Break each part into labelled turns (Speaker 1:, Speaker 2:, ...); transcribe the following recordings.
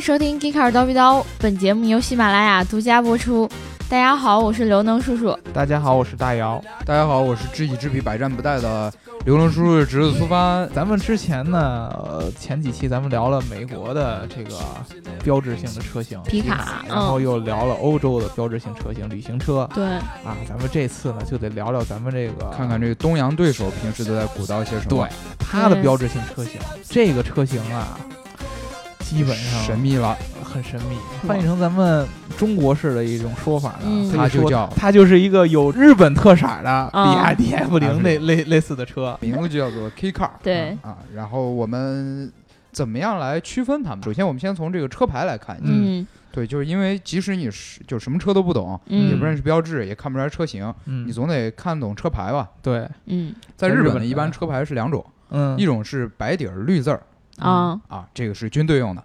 Speaker 1: 收听《g e e k r 叨逼叨》，本节目由喜马拉雅独家播出。大家好，我是刘能叔叔。
Speaker 2: 大家好，我是大姚。
Speaker 3: 大家好，我是知己知彼，百战不殆的刘能叔叔的侄子苏帆。
Speaker 2: 咱们之前呢，呃前几期咱们聊了美国的这个标志性的车型
Speaker 1: 皮卡嗯
Speaker 2: 然后又聊了欧洲的标志性车型旅行车
Speaker 1: 对，
Speaker 2: 啊。咱们这次呢，就得聊聊咱们这个
Speaker 3: 看看这个东洋对手平时都在鼓捣些什么
Speaker 2: 对，它的标志性车型。这个车型啊，基本上
Speaker 3: 神秘了，
Speaker 2: 很神秘。翻译成咱们中国式的一种说法呢，
Speaker 1: 嗯
Speaker 2: 它
Speaker 3: 它
Speaker 2: 就
Speaker 3: 就
Speaker 2: 说
Speaker 3: 叫
Speaker 2: 它就是一个有日本特色的比亚迪 F 零
Speaker 3: 嗯
Speaker 2: 类类类似的车。
Speaker 3: 名字就叫做 K Car
Speaker 1: 对
Speaker 3: 啊。然后我们怎么样来区分它们？首先，我们先从这个车牌来看一下。
Speaker 1: 嗯
Speaker 3: 对，就是因为即使你是就什么车都不懂，
Speaker 1: 嗯
Speaker 3: 也不认识标志，也看不出来车型，
Speaker 2: 嗯
Speaker 3: 你，总得看懂车牌吧。
Speaker 2: 对，
Speaker 1: 嗯
Speaker 3: 在
Speaker 2: 在日
Speaker 3: 日本
Speaker 2: 本
Speaker 3: 呢，一般
Speaker 2: 呢
Speaker 3: 车牌是两种，
Speaker 2: 嗯，
Speaker 3: 一种是白底儿绿字儿
Speaker 1: 啊，
Speaker 3: 啊，这个是军队用的。
Speaker 2: 嗯啊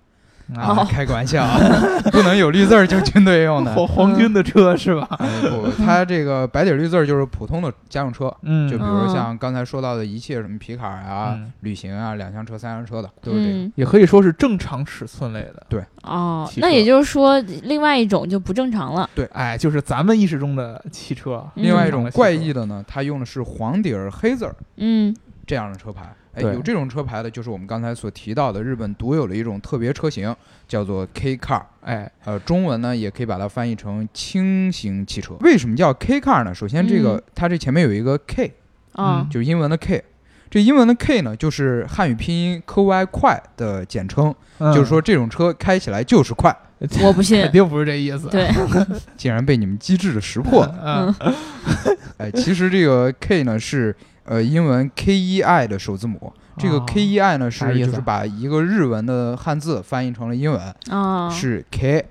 Speaker 3: 啊
Speaker 1: 哦，
Speaker 3: 开个玩笑，啊， 不能有绿字儿就军队用的。
Speaker 2: 黄 黄军的车是吧？
Speaker 3: 哎 不，它这个白底儿绿字儿就是普通的家用车，
Speaker 2: 嗯
Speaker 3: 就比如
Speaker 1: 嗯
Speaker 3: 像刚才说到的一切什么皮卡啊、
Speaker 2: 嗯
Speaker 3: 旅行啊、两厢车、三厢车的，都是这个。
Speaker 1: 嗯
Speaker 2: 也可以说是正常尺寸类的。
Speaker 1: 哦，
Speaker 2: 汽车
Speaker 1: 那也就是说，另外一种就不正常了。
Speaker 2: 对，哎，就是咱们意识中的汽车。
Speaker 1: 嗯
Speaker 3: 另外一种怪异的呢，它用的是黄底儿黑字儿
Speaker 1: 嗯
Speaker 3: 这样的车牌。哎，
Speaker 2: 对
Speaker 3: 有这种车牌的，就是我们刚才所提到的日本独有的一种特别车型，叫做 K Car。
Speaker 2: 哎，
Speaker 3: 呃，中文呢也可以把它翻译成轻型汽车。为什么叫 K Car 呢？首先，这个、
Speaker 1: 嗯
Speaker 3: 它这前面有一个 K，
Speaker 1: 啊
Speaker 2: 嗯
Speaker 3: 就是英文的 K。这英文的 K 呢，就是汉语拼音 KY 快的简称，
Speaker 2: 嗯
Speaker 3: 就是说这种车开起来就是快，
Speaker 1: 我不信
Speaker 2: 肯定不是这意思。
Speaker 1: 对，
Speaker 3: 竟然被你们机智的识破了。
Speaker 2: 嗯，
Speaker 3: 哎，其实这个 K 呢是呃英文 KEI 的首字母，这个
Speaker 2: 哦
Speaker 3: KEI 呢
Speaker 2: 啥
Speaker 3: 是
Speaker 2: 意思
Speaker 3: 就是把一个日文的汉字翻译成了英文
Speaker 1: 啊，
Speaker 3: 是 K，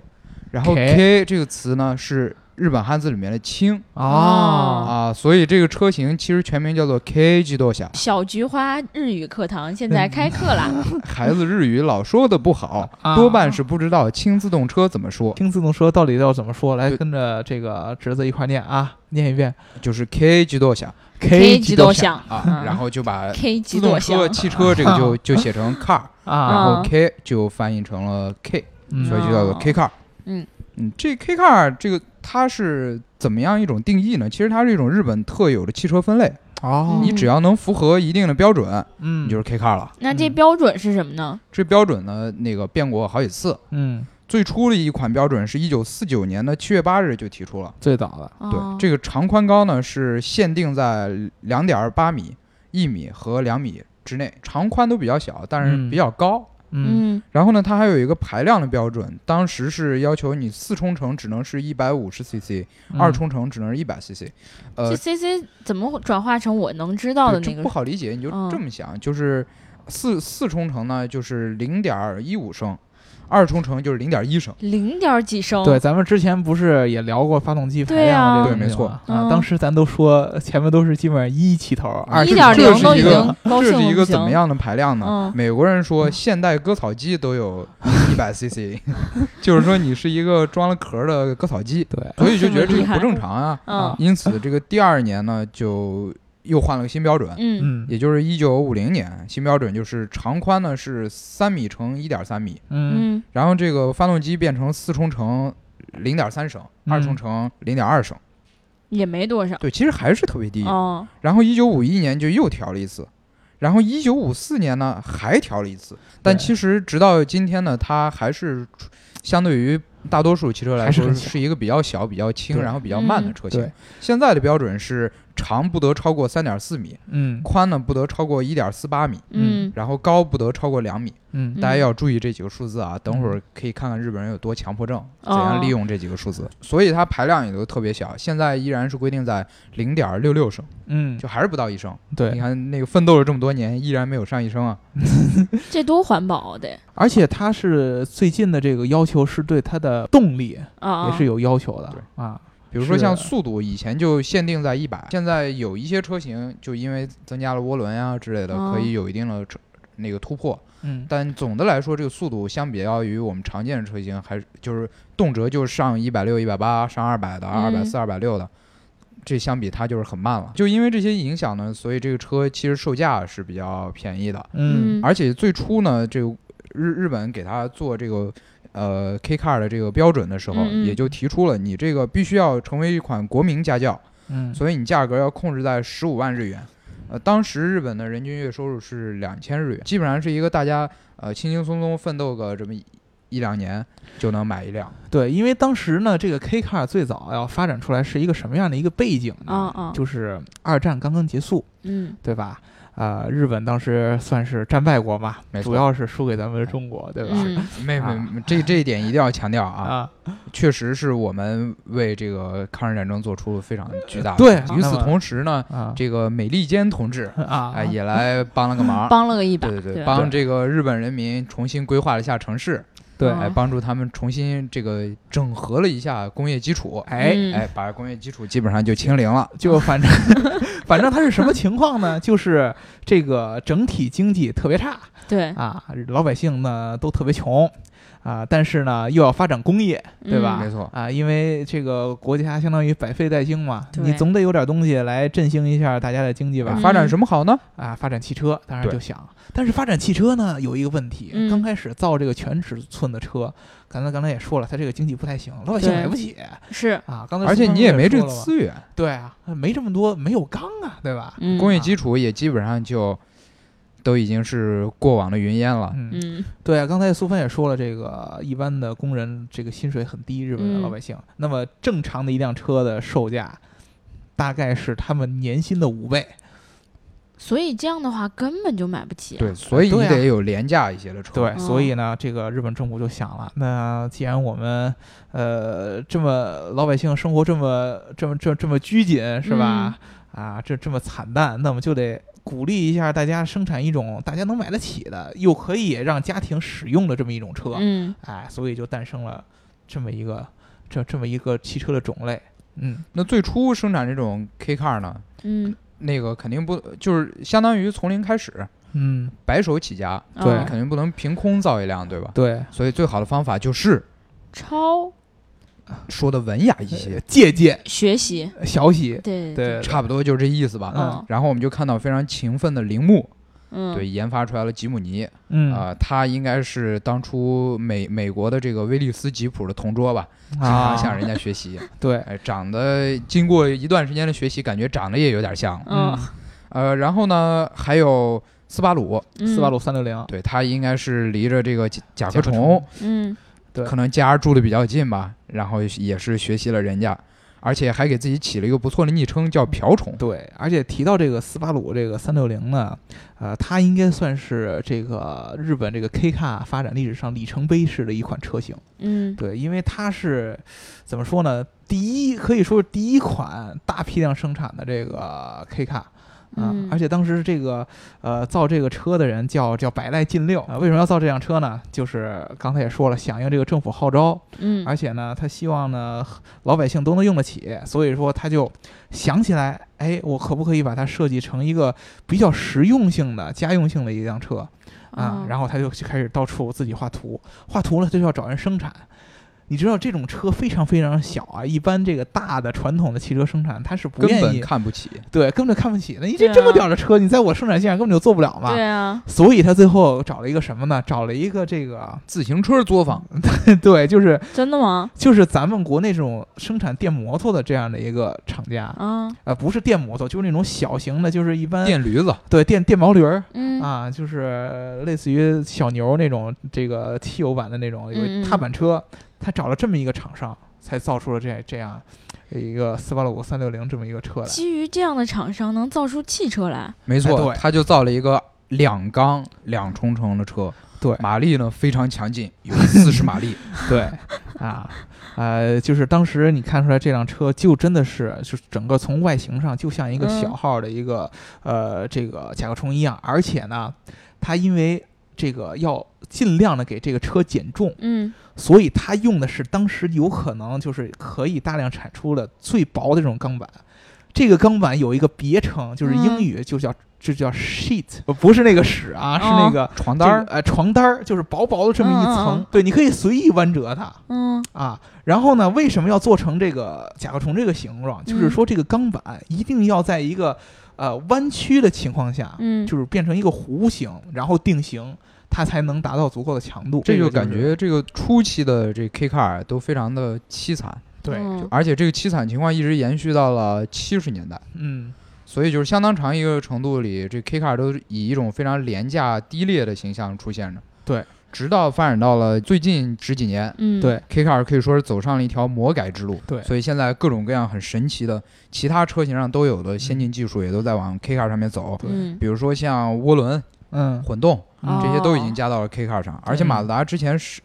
Speaker 3: 然后
Speaker 2: K
Speaker 3: K 这个词呢是日本汉字里面的轻
Speaker 1: 哦
Speaker 3: 啊，所以这个车型其实全名叫做 K 机 动侠。
Speaker 1: 小菊花日语课堂现在开课啦。
Speaker 3: 孩子日语老说的不好，
Speaker 2: 啊
Speaker 3: 多半是不知道轻自动车怎么说，
Speaker 2: 听自动车到底要怎么说？来
Speaker 3: 对
Speaker 2: 跟着这个侄子一块念啊，念一遍
Speaker 3: 就是 K 机动侠
Speaker 1: K
Speaker 2: 激
Speaker 1: 级
Speaker 2: 动
Speaker 1: 多
Speaker 2: 响
Speaker 1: 响嗯
Speaker 3: 啊，然后就把
Speaker 1: ，K 级
Speaker 3: 自
Speaker 1: 多
Speaker 3: 动
Speaker 1: 响
Speaker 3: 车、汽车这个就就写成 car，然
Speaker 2: 啊，
Speaker 3: 后 K 就翻译成了 K，
Speaker 2: 嗯
Speaker 3: 所以就叫做 K car。
Speaker 1: 嗯
Speaker 3: 嗯，这 K car 这个它是怎么样一种定义呢？其实它是一种日本特有的汽车分类，
Speaker 2: 哦，
Speaker 3: 你只要能符合一定的标准，
Speaker 2: 嗯，
Speaker 3: 你就是 K car 了。
Speaker 1: 那这标准是什么呢？
Speaker 3: 这标准呢，那个变过好几次。
Speaker 2: 嗯，
Speaker 3: 最初的一款标准是一九四九年的七月八日就提出了。
Speaker 2: 最早的
Speaker 1: 哦
Speaker 3: 对，这个长宽高呢是限定在两点八米、一米和两米之内，长宽都比较小，但是
Speaker 2: 嗯
Speaker 3: 比较高。
Speaker 2: 嗯
Speaker 1: 嗯
Speaker 3: 然后呢，它还有一个排量的标准，当时是要求你四冲程只能是一百五十 CC，、二
Speaker 1: 嗯
Speaker 3: 冲程只能是一百 CC。呃
Speaker 1: 这，C C 怎么转化成我能知道的
Speaker 3: 对
Speaker 1: 那
Speaker 3: 这
Speaker 1: 个
Speaker 3: 不？好理解，你就
Speaker 1: 嗯
Speaker 3: 这么想，就是四四冲程呢就是零点一五升，二冲程就是零点一升。
Speaker 1: 零点儿几升？
Speaker 2: 对，咱们之前不是也聊过发动机排量的这个东
Speaker 3: 对啊对
Speaker 2: 西吗
Speaker 1: 没错
Speaker 2: 啊，
Speaker 1: 嗯
Speaker 2: 当时咱都说前面都是基本上一起头，二
Speaker 1: 一
Speaker 2: 起
Speaker 1: 点
Speaker 2: 头
Speaker 3: 1.0
Speaker 1: 零都
Speaker 3: 这是
Speaker 1: 已经高兴了
Speaker 3: 一个这是一
Speaker 1: 不
Speaker 3: 个怎么
Speaker 1: 行。
Speaker 3: 样的排量呢？
Speaker 1: 嗯
Speaker 3: 美国人说现代割草机都有一百 CC，就是 说你是一个装了壳儿的割草机，
Speaker 2: 对，
Speaker 3: 所以就觉得这
Speaker 1: 这么厉
Speaker 3: 个
Speaker 1: 害
Speaker 3: 不正常啊。
Speaker 1: 嗯
Speaker 3: 因此，这个第二年呢，就又换了个新标准，
Speaker 1: 嗯
Speaker 2: 嗯
Speaker 3: 也就是一九五零年，新标准就是长宽呢是三米乘一点三米，
Speaker 2: 嗯
Speaker 1: 嗯
Speaker 3: 然后这个发动机变成四冲程零点三升，
Speaker 2: 嗯
Speaker 3: 二冲程零点二升，
Speaker 1: 也没多少。
Speaker 3: 对，其实还是特别低。
Speaker 1: 哦，
Speaker 3: 然后一九五一年就又调了一次，然后一九五四年呢还调了一次，但
Speaker 2: 对
Speaker 3: 其实直到今天呢，它还是处相对于大多数汽车来
Speaker 2: 还是
Speaker 3: 说
Speaker 2: 很小
Speaker 3: 是一个比较小、比较轻，
Speaker 2: 对
Speaker 3: 然后比较慢的
Speaker 1: 嗯
Speaker 3: 车型。
Speaker 2: 对
Speaker 3: 现在的标准是长不得超过三点四米，
Speaker 2: 嗯
Speaker 3: 宽呢不得超过一点四八米。
Speaker 1: 嗯
Speaker 3: 然后高不得超过两米，
Speaker 2: 嗯
Speaker 3: 大家要注意这几个数字啊！等会儿可以看看日本人有多强迫症，
Speaker 1: 嗯
Speaker 3: 怎
Speaker 1: 哦
Speaker 3: 样利用这几个数字。所以它排量也都特别小，现在依然是规定在零点六六升，
Speaker 2: 嗯，
Speaker 3: 就还是不到一升。你
Speaker 2: 对，
Speaker 3: 看那个奋斗了这么多年，依然没有上一升啊！
Speaker 1: 这多环保得
Speaker 2: 而且它是最近的这个要求是对它的动力
Speaker 1: 啊，
Speaker 2: 也是有要求的
Speaker 3: 对
Speaker 2: 啊，
Speaker 3: 比如说像
Speaker 2: 是
Speaker 3: 速度，以前就限定在一百，现在有一些车型就因为增加了涡轮呀、之类的，
Speaker 1: 哦
Speaker 3: 可以有一定的车那个突破。
Speaker 2: 嗯
Speaker 3: 但总的来说，这个速度相比较于我们常见的车型，还是就是动辄就上一百六、一百八、上二百的、二
Speaker 1: 嗯
Speaker 3: 百四、二百六的。这相比它就是很慢了，就因为这些影响呢，所以这个车其实售价是比较便宜的。
Speaker 2: 嗯
Speaker 1: 嗯
Speaker 3: 而且最初呢，这个日日本给它做这个呃 K car 的这个标准的时候，
Speaker 1: 嗯嗯
Speaker 3: 也就提出了你这个必须要成为一款国民家轿，
Speaker 2: 嗯，
Speaker 3: 所以你价格要控制在十五万日元。呃，当时日本的人均月收入是两千日元，基本上是一个大家呃轻轻松松奋斗个这么一一两年就能买一辆。
Speaker 2: 对，因为当时呢，这个 K car 最早要发展出来是一个什么样的一个背景呢？
Speaker 1: 嗯嗯
Speaker 2: 就是二战刚刚结束，
Speaker 1: 嗯
Speaker 2: 对吧？啊、日本当时算是战败国嘛
Speaker 3: 没，错
Speaker 2: 主要是输给咱们中国，对吧？
Speaker 1: 嗯
Speaker 3: 没没
Speaker 2: 啊，
Speaker 3: 这这一点一定要强调啊，
Speaker 2: 啊，
Speaker 3: 确实是我们为这个抗日战争做出了非常巨大的。
Speaker 2: 对
Speaker 3: 与
Speaker 2: 那
Speaker 3: 此
Speaker 2: 么
Speaker 3: 同时呢，
Speaker 2: 啊
Speaker 3: 这个美利坚同志
Speaker 2: 啊，
Speaker 3: 哎，也来帮了个 忙，
Speaker 1: 帮了个一把，
Speaker 3: 对对
Speaker 1: 对
Speaker 3: 对，
Speaker 1: 吧
Speaker 3: 帮这个日本人民重新规划了一下城市，
Speaker 2: 对
Speaker 1: 嗯
Speaker 3: 哎，帮助他们重新这个整合了一下工业基础，
Speaker 2: 哎，
Speaker 1: 嗯
Speaker 3: 哎，把工业基础基本上就清零了。
Speaker 2: 就反正 反正它是什么情况呢？就是这个整体经济特别差
Speaker 1: 对
Speaker 2: 啊，老百姓呢都特别穷啊，但是呢又要发展工业
Speaker 1: 嗯
Speaker 2: 对吧
Speaker 3: 没错，
Speaker 2: 啊，因为这个国家相当于百废待兴嘛，
Speaker 1: 对
Speaker 2: 你总得有点东西来振兴一下大家的经济吧
Speaker 1: 嗯。
Speaker 3: 发展什么好呢？
Speaker 2: 啊，发展汽车当然
Speaker 3: 对
Speaker 2: 就想，但是发展汽车呢有一个问题，
Speaker 1: 嗯
Speaker 2: 刚开始造这个全尺寸的车，刚才刚才也说了，它这个经济不太行，老百姓
Speaker 1: 对
Speaker 2: 买不起
Speaker 1: 是，
Speaker 2: 啊。刚才
Speaker 3: 而且
Speaker 2: 苏
Speaker 3: 你
Speaker 2: 芳
Speaker 3: 也
Speaker 2: 老师
Speaker 3: 没这
Speaker 2: 说了嘛
Speaker 3: 资源，
Speaker 2: 对啊，没这么多，没有钢啊，对吧？
Speaker 1: 嗯
Speaker 3: 工业基础也基本上就都已经是过往的云烟了。
Speaker 2: 嗯，
Speaker 1: 嗯
Speaker 2: 对啊，刚才苏芬也说了，这个一般的工人这个薪水很低，日本的
Speaker 1: 嗯
Speaker 2: 老百姓。那么正常的一辆车的售价，大概是他们年薪的五倍。
Speaker 1: 所以这样的话根本就买不起啊，
Speaker 3: 对，所以你
Speaker 2: 对啊
Speaker 3: 得有廉价一些的车。
Speaker 2: 对，
Speaker 1: 哦
Speaker 2: 所以呢，这个日本政府就想了，那既然我们呃这么老百姓生活这么这么这么这么拘谨，是吧？
Speaker 3: 嗯
Speaker 2: 啊，这这么惨淡，那么就得。鼓励一下大家生产一种大家能买得起的，又可以让家庭使用的这么一种车。
Speaker 1: 嗯
Speaker 2: 哎，所以就诞生了这么一个这这么一个汽车的种类。嗯，
Speaker 3: 那最初生产这种 K car 呢，
Speaker 1: 嗯
Speaker 3: 那个肯定不就是相当于从零开始，
Speaker 2: 嗯，
Speaker 3: 白手起家，
Speaker 2: 对
Speaker 1: 哦
Speaker 3: 肯定不能凭空造一辆，对吧？
Speaker 2: 对，
Speaker 3: 所以最好的方法就是
Speaker 1: 超
Speaker 3: 说的文雅一些，
Speaker 2: 借鉴
Speaker 1: 学习，
Speaker 2: 小喜，
Speaker 1: 对
Speaker 2: 对，
Speaker 3: 差不多就是这意思吧。
Speaker 1: 嗯
Speaker 3: 然后我们就看到非常勤奋的铃木，
Speaker 1: 嗯
Speaker 3: 对，研发出来了吉姆尼，
Speaker 2: 嗯
Speaker 3: 啊，他应该是当初美美国的这个威利斯吉普的同桌吧，
Speaker 2: 啊，
Speaker 3: 向人家学习，
Speaker 2: 对，
Speaker 3: 哎，长得经过一段时间的学习，感觉长得也有点像了。
Speaker 1: 嗯
Speaker 3: 呃，然后呢，还有斯巴鲁，
Speaker 1: 嗯
Speaker 2: 斯巴鲁三六零，
Speaker 3: 对，它应该是离着这个甲甲
Speaker 2: 甲壳
Speaker 3: 壳虫
Speaker 2: 虫
Speaker 1: 嗯
Speaker 2: 对
Speaker 3: 可能家住的比较近吧，然后也是学习了人家，而且还给自己起了一个不错的昵称叫瓢虫。
Speaker 2: 对，而且提到这个斯巴鲁这个三六零呢，呃，它应该算是这个日本这个 K 卡发展历史上里程碑式的一款车型。
Speaker 1: 嗯
Speaker 2: 对，因为它是怎么说呢？第一，可以说是第一款大批量生产的这个 K 卡。啊
Speaker 1: 嗯，
Speaker 2: 而且当时这个呃造这个车的人叫叫百濑进六啊、为什么要造这辆车呢？就是刚才也说了，响应这个政府号召，
Speaker 1: 嗯
Speaker 2: 而且呢，他希望呢老百姓都能用得起，所以说他就想起来，哎，我可不可以把它设计成一个比较实用性的家用性的一辆车？啊，然
Speaker 1: 后
Speaker 2: 后他就去开始到处自己画图，画图了就要找人生产。你知道这种车非常非常小啊，一般这个大的传统的汽车生产它是不
Speaker 3: 根
Speaker 2: 愿
Speaker 3: 本
Speaker 2: 意，
Speaker 3: 看不起，
Speaker 2: 对，根本就看不起的。你
Speaker 1: 对
Speaker 2: 这这么
Speaker 1: 啊
Speaker 2: 屌的车，你在我生产线上根本就做不了嘛
Speaker 1: 对。啊，
Speaker 2: 所以他最后找了一个什么呢？找了一个这个，
Speaker 3: 自行车作坊，
Speaker 2: 对，就是
Speaker 1: 真的吗？
Speaker 2: 就是咱们国内这种生产电摩托的这样的一个厂家，
Speaker 1: 啊
Speaker 2: 呃，不是电摩托，就是那种小型的，就是一般
Speaker 3: 电驴子，
Speaker 2: 对电电毛驴儿，
Speaker 1: 嗯
Speaker 2: 啊，就是类似于小牛那种这个汽油版的那种有
Speaker 1: 嗯嗯
Speaker 2: 一踏板车，他找了这么一个厂商，才造出了这这样一个斯巴鲁三六零这么一个车来。
Speaker 1: 基于这样的厂商能造出汽车来，
Speaker 3: 没
Speaker 2: 哎
Speaker 3: 错，
Speaker 2: 对
Speaker 3: 他就造了一个两缸两冲程的车，
Speaker 2: 对
Speaker 3: 马力呢非常强劲，有四十马力，
Speaker 2: 对，啊，呃，就是当时你看出来这辆车就真的是就是整个从外形上就像一个小
Speaker 1: 嗯
Speaker 2: 号的一个、呃这个甲壳虫一样，而且呢，它因为这个要尽量的给这个车减重。
Speaker 1: 嗯
Speaker 2: 所以它用的是当时有可能就是可以大量产
Speaker 1: 嗯
Speaker 2: 出的最薄的这种钢板。这个钢板有一个别称，就是英语就叫这叫 sheet，呃不是那个屎啊，是那个
Speaker 3: 床
Speaker 2: 就
Speaker 3: 单
Speaker 2: 是
Speaker 3: 儿，
Speaker 2: 呃，床单儿就是薄薄的这么一层，
Speaker 1: 哦嗯嗯嗯
Speaker 2: 对，你可以随意弯折它
Speaker 1: 嗯
Speaker 2: 啊。然后呢，为什么要做成这个甲壳虫这个形状？
Speaker 1: 嗯
Speaker 2: 就是说这个钢板一定要在一个呃弯曲的情况下，
Speaker 1: 嗯，
Speaker 2: 就是变成一个弧形，然后定型，它才能达到足够的强度。
Speaker 3: 这
Speaker 2: 个
Speaker 3: 就是感觉这个初期的这 K 卡尔都非常的凄惨，
Speaker 2: 对，
Speaker 1: 嗯
Speaker 3: 而且这个凄惨情况一直延续到了七十年代，
Speaker 2: 嗯
Speaker 3: 所以就是相当长一个程度里，这 K 卡都以一种非常廉价低劣的形象出现着。
Speaker 2: 对，
Speaker 3: 直到发展到了最近十几年。
Speaker 1: 嗯，
Speaker 2: 对
Speaker 3: K 卡可以说是走上了一条魔改之路，
Speaker 2: 对
Speaker 3: 所以现在各种各样很神奇的其他车型上都有的先进技术也都在往 K 卡上面走，
Speaker 1: 嗯
Speaker 3: 比如说像涡轮、
Speaker 2: 嗯
Speaker 3: 混动
Speaker 1: 哦
Speaker 3: 这些都已经加到了 K 卡上，而且马自达之前是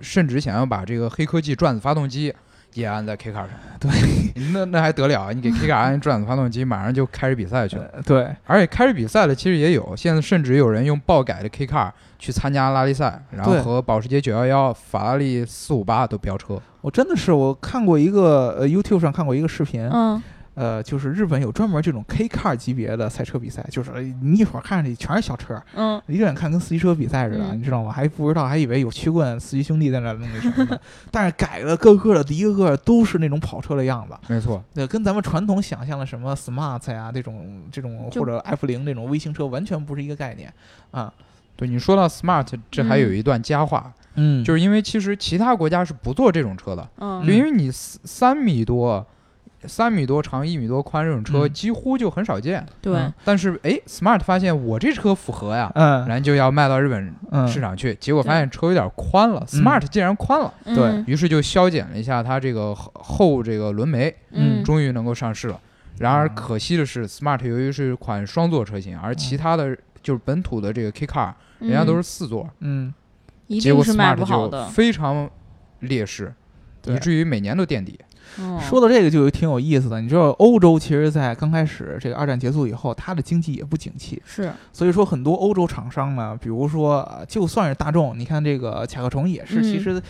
Speaker 3: 甚至想要把这个黑科技转子发动机也安在 K 卡上，
Speaker 2: 对，
Speaker 3: 那那还得了？你给 K 卡安转子发 动机，马上就开始比赛去了。
Speaker 2: 呃对，
Speaker 3: 而且开始比赛了，其实也有，现在甚至有人用爆改的 K car 去参加拉力赛，然后
Speaker 2: 对
Speaker 3: 和保时捷911、法拉利458都飙车。
Speaker 2: 我真的是我看过一个呃 YouTube 上看过一个视频，
Speaker 1: 嗯
Speaker 2: 呃，就是日本有专门这种 K Car 级别的赛车比赛，就是呃你一会儿看着全是小车，
Speaker 1: 嗯
Speaker 2: 离远看跟四驱车比赛似的，
Speaker 1: 嗯
Speaker 2: 你知道吗？还不知道，还以为有曲棍四驱兄弟在那儿弄那什么呢但是改了个个的，一个个都是那种跑车的样子，
Speaker 3: 没错，
Speaker 2: 对，跟咱们传统想象的什么 Smart 呀、这种这种
Speaker 1: 就
Speaker 2: 或者 F 零这种微型车完全不是一个概念啊。
Speaker 3: 对你说到 smart，这还有一段佳话，
Speaker 2: 嗯
Speaker 3: 就是因为其实其他国家是不做这种车的，
Speaker 1: 嗯，
Speaker 3: 就因为你三三米多、三米多长、一米多宽这种车
Speaker 2: 嗯
Speaker 3: 几乎就很少见。
Speaker 1: 对
Speaker 2: 嗯，
Speaker 3: 但是哎，smart 发现我这车符合呀，
Speaker 2: 嗯
Speaker 3: 然后就要卖到日本
Speaker 2: 嗯
Speaker 3: 市场去，结果发现车有点宽了
Speaker 2: 嗯
Speaker 3: ，smart 竟然宽了。
Speaker 2: 对
Speaker 1: 嗯
Speaker 3: 于是就削减了一下它这个后后这个轮眉，
Speaker 1: 嗯哦
Speaker 3: 终于能够上市了。然而
Speaker 2: 嗯
Speaker 3: 可惜的是，Smart 由于是款双座车型，而
Speaker 1: 嗯
Speaker 3: 其他的就是本土的这个 K Car，人家都是四座，
Speaker 2: 嗯
Speaker 1: 一
Speaker 3: 结
Speaker 1: 定
Speaker 3: 果
Speaker 1: 是卖不
Speaker 3: Smart
Speaker 1: 好
Speaker 3: 就
Speaker 1: 的，
Speaker 3: 非常劣势，
Speaker 2: 对
Speaker 3: 以至于每年都垫底。
Speaker 1: 嗯
Speaker 2: 说到这个就挺有意思的，你知道欧洲其实，在刚开始这个二战结束以后，它的经济也不景气，
Speaker 1: 是
Speaker 2: 所以说很多欧洲厂商呢，比如说呃就算是大众，你看这个甲壳虫也是，
Speaker 1: 嗯
Speaker 2: 其实，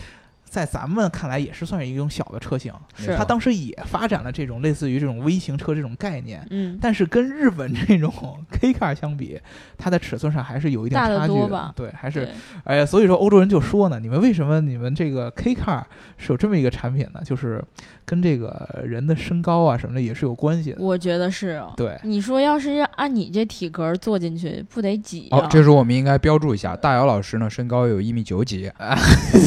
Speaker 2: 在咱们看来也是算是一种小的车型，
Speaker 1: 是
Speaker 3: 没错
Speaker 2: 它当时也发展了这种类似于这种微型车这种概念。
Speaker 1: 嗯
Speaker 2: 但是跟日本这种 K car 相比，它的尺寸上还是有一定
Speaker 1: 大得
Speaker 2: 差距
Speaker 1: 多
Speaker 2: 的，
Speaker 1: 吧
Speaker 2: 对，还是
Speaker 1: 对
Speaker 2: 哎呀，所以说欧洲人就说呢，你们为什么你们这个 K car 是有这么一个产品呢？就是跟这个人的身高啊什么的也是有关系的，
Speaker 1: 我觉得是哦。
Speaker 2: 对，
Speaker 1: 你说要是按你这体格坐进去，不得挤
Speaker 3: 哦
Speaker 1: 啊，？
Speaker 3: 这时候我们应该标注一下，大姚老师呢身高有一米九几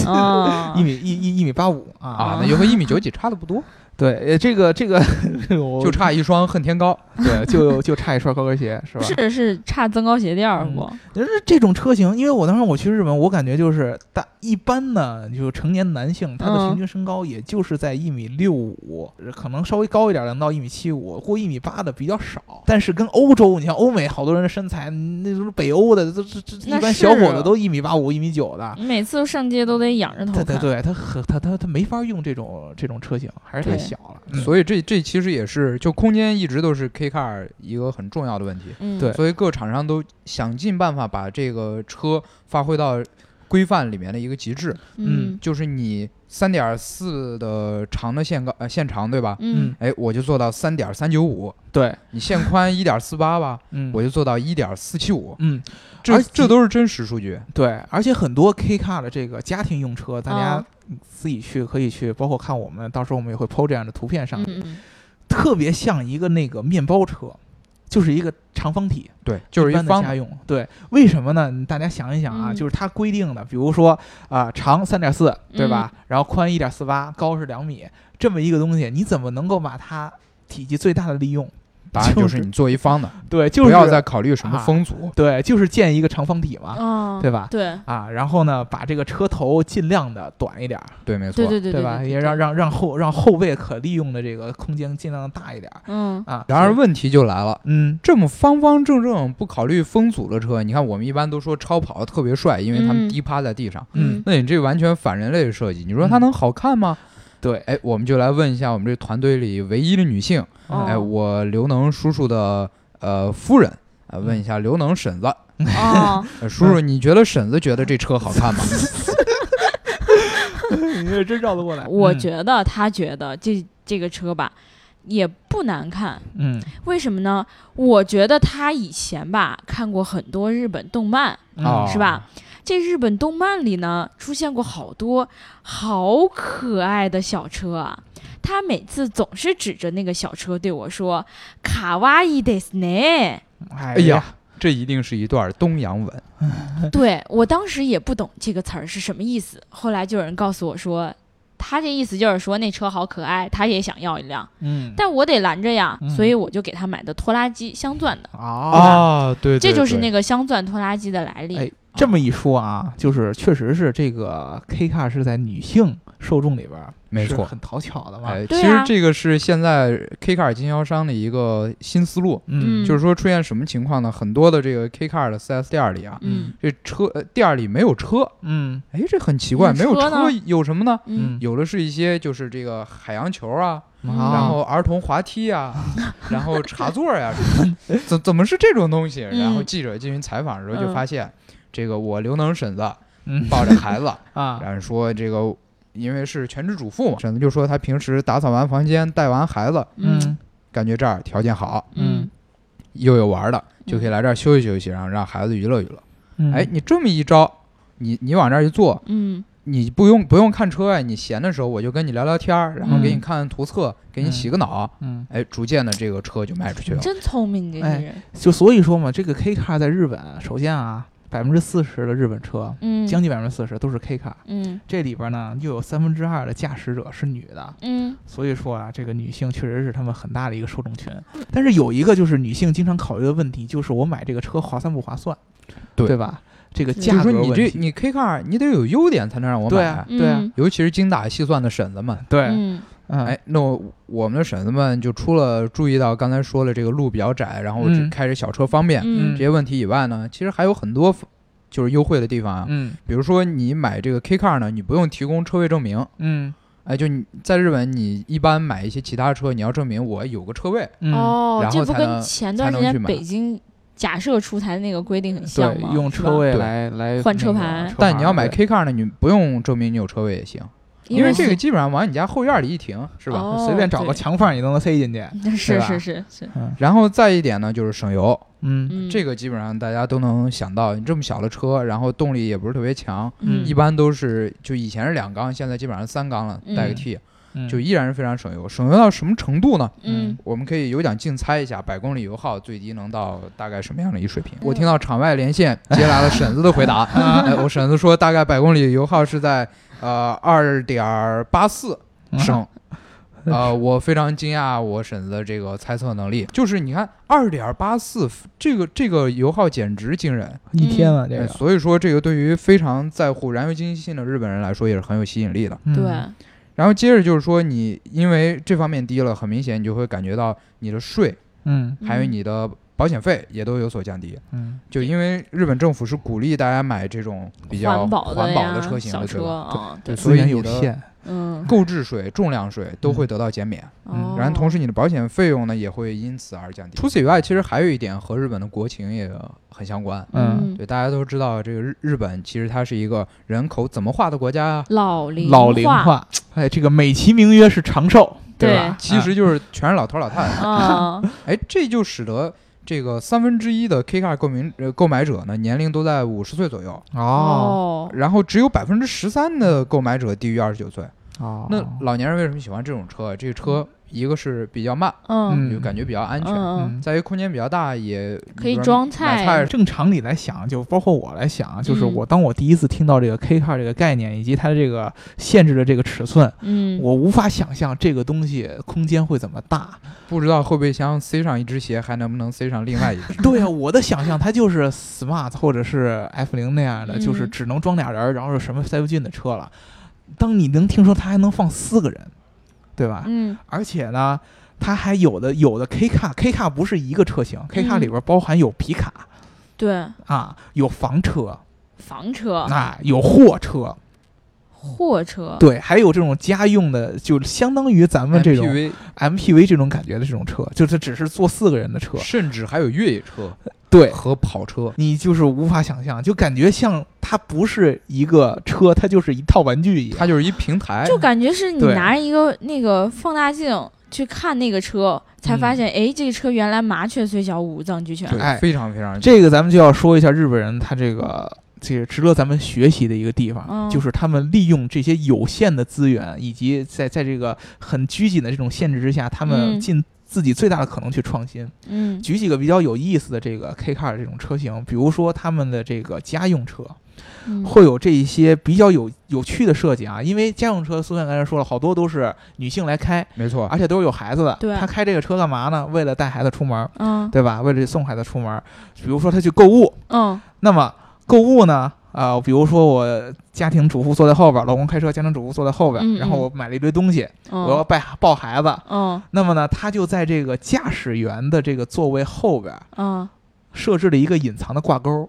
Speaker 1: 啊
Speaker 2: 一米一一一米八五啊
Speaker 3: 啊，那就和一米九几差的不多，
Speaker 2: 对，呃这个这个这个 我
Speaker 3: 就差一双恨天高。
Speaker 2: 对，就就差一双高跟鞋是吧？
Speaker 1: 是是差增高鞋垫儿
Speaker 2: 嗯
Speaker 1: 不？
Speaker 2: 就是这种车型，因为我当时我去日本，我感觉就是大一般呢，就成年男性他的
Speaker 1: 嗯
Speaker 2: 平均身高也就是在一米六五，可能稍微高一点能到一米七五，过一米八的比较少。但是跟欧洲，你像欧美好多人的身材，那都是北欧的，这这这
Speaker 1: 那
Speaker 2: 一般
Speaker 1: 是
Speaker 2: 小伙子都一米八五、一米九的。
Speaker 1: 你每次上街都得仰着头
Speaker 2: 对
Speaker 1: 嗯看。
Speaker 2: 对对，他很他他他没法用这种这种车型，还是太
Speaker 1: 对
Speaker 2: 小了。嗯
Speaker 3: 所以这这其实也是，就空间一直都是 K Car 一个很重要的问题。
Speaker 1: 嗯，
Speaker 2: 对
Speaker 3: 所以各厂商都想尽办法把这个车发挥到规范里面的一个极致，
Speaker 1: 嗯
Speaker 3: 就是你三点四的长的限高呃限长对吧？
Speaker 1: 嗯
Speaker 3: 哎，我就做到三点三九五，
Speaker 2: 对，
Speaker 3: 你限宽一点四八吧，
Speaker 2: 嗯，
Speaker 3: 我就做到一点四七五，
Speaker 2: 嗯，
Speaker 3: 这
Speaker 2: 而且
Speaker 3: 这都是真实数据。
Speaker 2: 对，而且很多 K car 的这个家庭用车，大家嗯
Speaker 1: 啊
Speaker 3: 嗯
Speaker 2: 自己去可以去，包括看我们到时候我们也会 PO 这样的图片上
Speaker 1: 嗯
Speaker 2: 去，
Speaker 1: 嗯
Speaker 2: 特别像一个那个面包车，就是一个长方体，
Speaker 3: 对，就是
Speaker 2: 一般的
Speaker 3: 一方
Speaker 2: 家用。对，为什么呢？你大家想一想啊，
Speaker 1: 嗯
Speaker 2: 就是它规定的，比如说啊、长三点四，对吧？
Speaker 3: 嗯
Speaker 2: 然后宽一点四八，高是两米，这么一个东西，你怎么能够把它体积最大的利用？
Speaker 3: 答案就
Speaker 2: 就是是
Speaker 3: 你做一方的，
Speaker 2: 对，就是
Speaker 3: 不要再考虑什么
Speaker 2: 啊
Speaker 3: 风阻。
Speaker 2: 对，就是建一个长方体嘛，
Speaker 3: 嗯
Speaker 1: 啊，
Speaker 2: 对吧？
Speaker 1: 对
Speaker 2: 啊，然后呢，把这个车头尽量的短一点儿，
Speaker 3: 对，没错
Speaker 1: 对。对对
Speaker 2: 对
Speaker 1: 对
Speaker 2: 吧？
Speaker 1: 对
Speaker 2: 也
Speaker 1: 对
Speaker 2: 让让让后让后辈可利用的这个空间尽量大一点儿
Speaker 1: 嗯
Speaker 2: 啊。
Speaker 3: 然而
Speaker 2: 所以，
Speaker 3: 问题就来了。
Speaker 2: 嗯，
Speaker 3: 这么方方正正不考虑风阻的车，你看我们一般都说超跑特别帅，因为他们
Speaker 1: 嗯
Speaker 3: 低趴在地上。
Speaker 2: 嗯
Speaker 3: 那你这完全反人类的设计，你说它
Speaker 2: 嗯
Speaker 3: 能好看吗？
Speaker 2: 对，
Speaker 3: 哎，我们就来问一下我们这团队里唯一的女性，
Speaker 2: 嗯
Speaker 1: 哦
Speaker 3: 哎，我刘能叔叔的呃夫人，呃，问一下刘能婶子，
Speaker 1: 哦，
Speaker 3: 呃叔叔，你觉得婶子觉得这车好看吗？
Speaker 2: 你 这真绕得过来。
Speaker 1: 我
Speaker 2: 嗯
Speaker 1: 觉得他觉得这这个车吧，也不不难看，
Speaker 2: 嗯
Speaker 1: 为什么呢？我觉得他以前吧看过很多日本动漫，
Speaker 2: 嗯
Speaker 3: 哦
Speaker 1: 是吧？这日本动漫里呢，出现过好多好可爱的小车啊。他每次总是指着那个小车对我说：“卡哇伊ですね。
Speaker 2: 哎
Speaker 3: 哎呀，这一定是一段东洋文。
Speaker 1: 对我当时也不懂这个词儿是什么意思，后来就有人告诉我说，他这意思就是说那车好可爱，他也想要一辆，
Speaker 2: 嗯，
Speaker 1: 但我得拦着呀，
Speaker 2: 嗯
Speaker 1: 所以我就给他买的拖拉机镶钻的，
Speaker 2: 啊，，
Speaker 3: 对
Speaker 1: 这就是那
Speaker 3: 个
Speaker 1: 个镶钻拖拉机的来历。
Speaker 2: 哎这么一说啊，就是确实是这个 K 卡是在女性受众里边儿
Speaker 3: 没
Speaker 2: 是
Speaker 3: 错。
Speaker 2: 很讨巧的嘛，
Speaker 3: 哎，
Speaker 1: 对
Speaker 3: 其实
Speaker 1: 啊
Speaker 3: 这个是现在 K 卡经销商的一个新思路，
Speaker 1: 嗯
Speaker 2: 嗯
Speaker 3: 就是说出现什么情况呢？很多的这个 K 卡的 4S 店里啊，
Speaker 1: 嗯
Speaker 3: 这车呃店里没有车，
Speaker 2: 嗯
Speaker 3: 哎，这很奇怪，
Speaker 1: 嗯
Speaker 3: 没有
Speaker 1: 车
Speaker 3: 车
Speaker 1: 呢
Speaker 3: 有什么呢？
Speaker 1: 嗯，
Speaker 3: 有的是一些就是这个海洋球啊，
Speaker 1: 嗯
Speaker 2: 啊
Speaker 3: 然后儿童滑 梯啊，然后茶座呀、什么的怎怎么是这种东西？
Speaker 1: 嗯
Speaker 3: 然后记者进行采访的时候就
Speaker 1: 嗯
Speaker 3: 发现，这个我刘能婶子
Speaker 2: 嗯
Speaker 3: 抱着孩子，
Speaker 2: 啊
Speaker 3: 然后说这个因为是全职主妇嘛，婶子就说她平时打扫完房间带完孩子，
Speaker 2: 嗯
Speaker 3: 感觉这儿条件好，
Speaker 1: 嗯
Speaker 3: 又有玩儿的，就可以来这儿休息休息，然后让孩子娱乐娱乐。
Speaker 2: 嗯
Speaker 3: 哎，你这么一招，你你往这儿一坐，
Speaker 1: 嗯
Speaker 3: 你不用不用看车呀，你闲的时候我就跟你聊聊天儿，然后给你看看图册，给你洗个脑，
Speaker 2: 嗯，
Speaker 3: 哎，逐渐的这个车就卖出去
Speaker 1: 嗯，
Speaker 3: 了。
Speaker 1: 真聪明，这
Speaker 2: 哎
Speaker 1: 个人，
Speaker 2: 就所以说嘛，这个 K 卡在日本，首先啊，百分之四十的日本车，
Speaker 1: 嗯，
Speaker 2: 将近百分之四十都是 K 卡，
Speaker 1: 嗯
Speaker 2: 这里边呢又有三分之二的驾驶者是女的，
Speaker 1: 嗯
Speaker 2: 所以说啊，这个女性确实是他们很大的一个受众群。
Speaker 1: 嗯
Speaker 2: 但是有一个就是女性经常考虑的问题，就是我买这个车划算不划算，
Speaker 3: 对
Speaker 2: 吧？这
Speaker 1: 嗯
Speaker 2: 个
Speaker 3: 就
Speaker 2: 价
Speaker 3: 是
Speaker 2: 格
Speaker 3: 说
Speaker 2: 问题，
Speaker 3: 你这你 K car 啊你得有优点才能让我
Speaker 2: 对
Speaker 3: 买，
Speaker 2: 啊
Speaker 1: 嗯，
Speaker 2: 对啊
Speaker 3: 尤其是精打细算的婶子们。
Speaker 2: 对，
Speaker 1: 嗯
Speaker 2: 嗯，
Speaker 3: 哎，那我我们的婶子们就除了注意到刚才说了这个路比较窄，然后
Speaker 2: 嗯
Speaker 3: 只开着小车方便、这
Speaker 1: 嗯
Speaker 3: 些问题以外呢，其实还有很多就是优惠的地方啊，
Speaker 2: 嗯
Speaker 3: 比如说你买这个 K car 呢，你不用提供车位证明。
Speaker 2: 嗯
Speaker 3: 哎，就你在日本，你一般买一些其他车，你要证明我有个车位，
Speaker 2: 嗯，
Speaker 1: 哦
Speaker 3: 然，后
Speaker 1: 这不
Speaker 3: 才
Speaker 1: 跟
Speaker 3: 能
Speaker 1: 前
Speaker 3: 才
Speaker 1: 段时
Speaker 3: 能去
Speaker 1: 间
Speaker 3: 买
Speaker 1: 北京假设出台的那个规定很像
Speaker 2: 对，
Speaker 1: 吗？
Speaker 2: 用
Speaker 1: 是
Speaker 2: 车
Speaker 1: 吧
Speaker 2: 位
Speaker 3: 对
Speaker 2: 来来
Speaker 1: 换
Speaker 2: 那
Speaker 1: 车
Speaker 2: 个
Speaker 1: 牌
Speaker 3: 但你要买
Speaker 2: 对
Speaker 3: K car 呢，你不用证明你有车位也行，因为这个基本上往你家后院里一停，是吧？
Speaker 1: 哦
Speaker 2: 随便找
Speaker 1: 对
Speaker 2: 个
Speaker 1: 嗯
Speaker 2: 墙缝儿你都能塞进去。
Speaker 1: 是
Speaker 2: 吧
Speaker 1: 是是是，
Speaker 3: 然后再一点呢，就是省油，
Speaker 2: 嗯
Speaker 1: 嗯，
Speaker 3: 这个基本上大家都能想到。你这么小的车，然后动力也不是特别强，
Speaker 1: 嗯
Speaker 3: 一般都是就以前是两缸，现在基本上三缸了，
Speaker 1: 嗯
Speaker 3: 带个 T，、
Speaker 2: 嗯，
Speaker 3: 就依然是非常省油。省油到什么程度呢？
Speaker 1: 嗯
Speaker 3: 我们可以有奖竞猜一下，百公里油耗最低能到大概什么样的一水平？
Speaker 1: 嗯
Speaker 3: 我听到场外连线接来了婶子的回答，哎、我婶子说大概百公里油耗是在呃二点八四
Speaker 2: 嗯
Speaker 3: 升。呃，我非常惊讶我婶子的这个猜测能力，就是你看二点八四这个这个油耗简直惊人、
Speaker 2: 一天
Speaker 1: 嗯
Speaker 2: 了这
Speaker 3: 哎
Speaker 2: 个，
Speaker 3: 所以说这个对于非常在乎燃油经济性的日本人来说也是很有吸引力的。
Speaker 2: 嗯
Speaker 1: 对，
Speaker 3: 然后接着就是说，你因为这方面低了，很明显你就会感觉到你的税
Speaker 2: 嗯
Speaker 3: 还有
Speaker 1: 嗯
Speaker 3: 你的保险费也都有所降低。
Speaker 2: 嗯，
Speaker 3: 就因为日本政府是鼓励大家买这种比
Speaker 1: 环
Speaker 3: 较环
Speaker 1: 保
Speaker 3: 保
Speaker 1: 的呀
Speaker 3: 的车型
Speaker 1: 小
Speaker 3: 的，
Speaker 1: 车
Speaker 3: 对吧？
Speaker 1: 啊，
Speaker 3: 对，
Speaker 2: 资
Speaker 3: 所以
Speaker 2: 源
Speaker 3: 你
Speaker 2: 有
Speaker 3: 的
Speaker 2: 限，
Speaker 1: 嗯，哦
Speaker 3: 购置税、重量税都会得到减免，
Speaker 2: 嗯
Speaker 3: 然后同
Speaker 1: 时
Speaker 3: 时你的保险费用呢也会因此而降低。除此以外，其实还有一点和日本的国情也很相关。
Speaker 2: 嗯
Speaker 3: 对，大家都知道这个日日本其实它是一个人口怎么化的国家啊，
Speaker 1: 老龄
Speaker 2: 老龄
Speaker 1: 化，
Speaker 2: 化，哎，这个美其名曰是长寿，
Speaker 1: 对
Speaker 2: 吧？
Speaker 3: 其实就是全是老头老太太。
Speaker 1: 啊，
Speaker 3: 哎，这就使得这个三分之一的 K car 购名呃购买者呢，年龄都在五十岁左右，
Speaker 2: 啊哦
Speaker 3: 然后只有百分之十三的购买者低于二十九岁。
Speaker 2: 哦，
Speaker 3: 那老年人为什么喜欢这种车？啊这个车一个是比较慢，
Speaker 1: 嗯
Speaker 2: 嗯
Speaker 3: 就感觉比较安
Speaker 1: 嗯
Speaker 3: 全。
Speaker 1: 嗯，
Speaker 2: 嗯
Speaker 3: 再一个空间比较大，也
Speaker 1: 可以
Speaker 3: 比如说
Speaker 1: 装
Speaker 3: 买
Speaker 1: 菜
Speaker 3: 菜。
Speaker 2: 正常理来想，就包括我来想，就是
Speaker 1: 嗯
Speaker 2: 我当我第一次听到这个 K car 这个概念以及它的这个限制的这个尺寸，
Speaker 1: 嗯，
Speaker 2: 我无法想象这个东西空间会怎么大。
Speaker 3: 不知道后备箱塞上一只鞋，还能不能塞上另外一只？
Speaker 2: 对啊，我的想象它就是 smart 或者是 F 零那样的，
Speaker 1: 嗯
Speaker 2: 就是只能装俩人儿，然后是什么塞不进的车了。当你能听说它还能放四个人，对吧？
Speaker 1: 嗯
Speaker 2: 而且呢，它还有的有的 K 卡 K 卡不是一个车型，K
Speaker 1: 嗯
Speaker 2: 卡里边包含有皮卡
Speaker 1: 对，
Speaker 2: 啊，有房车
Speaker 1: 房车、
Speaker 2: 啊，有货车，
Speaker 1: 货车，
Speaker 2: 对，还有这种家用的，就相当于咱们这种
Speaker 3: MPV，
Speaker 2: MPV 这种感觉的这种车，就它只是坐四个人的车，
Speaker 3: 甚至还有越野车
Speaker 2: 对。
Speaker 3: 和跑车。
Speaker 2: 你就是无法想象，就感觉像它不是一个车，它就是一套玩具一样。
Speaker 3: 它就是一平台，
Speaker 1: 就感觉是你
Speaker 2: 对
Speaker 1: 拿着一个那个放大镜去看那个车，才发现，哎、这个车原来麻雀虽小，五脏俱全。
Speaker 3: 对，
Speaker 2: 哎
Speaker 3: 非常非常
Speaker 2: 这个咱们就要说一下日本人他这个。这个值得咱们学习的一个地方，
Speaker 1: 嗯
Speaker 2: 就是他们利用这些有限的资源，以及在在这个很拘谨的这种限制之下，他们
Speaker 1: 嗯
Speaker 2: 尽自己最大的可能去创新。
Speaker 1: 嗯
Speaker 2: 举几个比较有意思的这个 K car 的这种车型，比如说他们的这个家用车，
Speaker 1: 嗯，
Speaker 2: 会有这一些比较有有趣的设计啊。因为家用车，苏燕刚才说了，好多都是女性来开，
Speaker 3: 没错，
Speaker 2: 而且都是有孩子的。
Speaker 1: 对
Speaker 2: 她开这个车干嘛呢？为了带孩子出门，
Speaker 1: 嗯
Speaker 2: 对吧？为了送孩子出门。比如说她去购物，
Speaker 1: 嗯
Speaker 2: 那么购物呢？啊、比如说我家庭主妇坐在后边，老公开车，家庭主妇坐在后边，
Speaker 1: 嗯
Speaker 2: 然后
Speaker 1: 嗯
Speaker 2: 我买了一堆东西，我要
Speaker 1: 嗯
Speaker 2: 带抱孩子。
Speaker 1: 嗯
Speaker 2: 那么呢，她就在这个驾驶员的这个座位后边，
Speaker 1: 嗯
Speaker 2: 设置了一个隐藏的挂钩，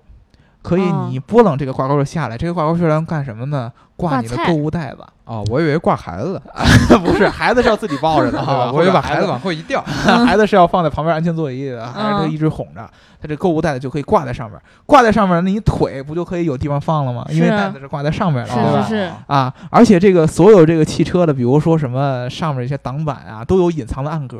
Speaker 2: 可以
Speaker 1: 哦
Speaker 2: 你拨楞这个挂钩就下来。这个挂钩是用来干什么呢？挂
Speaker 1: 挂
Speaker 2: 你的
Speaker 1: 菜
Speaker 2: 购 物袋子，
Speaker 3: 哦，我以为挂孩子的，
Speaker 2: 不是孩子是要自己抱着的，对吧？
Speaker 3: 我以为啊把
Speaker 2: 孩
Speaker 3: 孩子往后一掉，
Speaker 2: 孩子是要放在旁边安全座椅的，还是他
Speaker 1: 嗯
Speaker 2: 一直哄着？他这购物袋子就可以挂在上面，挂在上面，那你腿不就可以有地方放了吗？因为
Speaker 1: 是啊
Speaker 2: 袋子是挂在上面的，
Speaker 1: 是
Speaker 2: 对
Speaker 1: 是
Speaker 2: 吧？
Speaker 1: 是
Speaker 2: 啊，而且这个所有这个汽车的，比如说什么上面一些挡板啊，都有隐藏的暗格，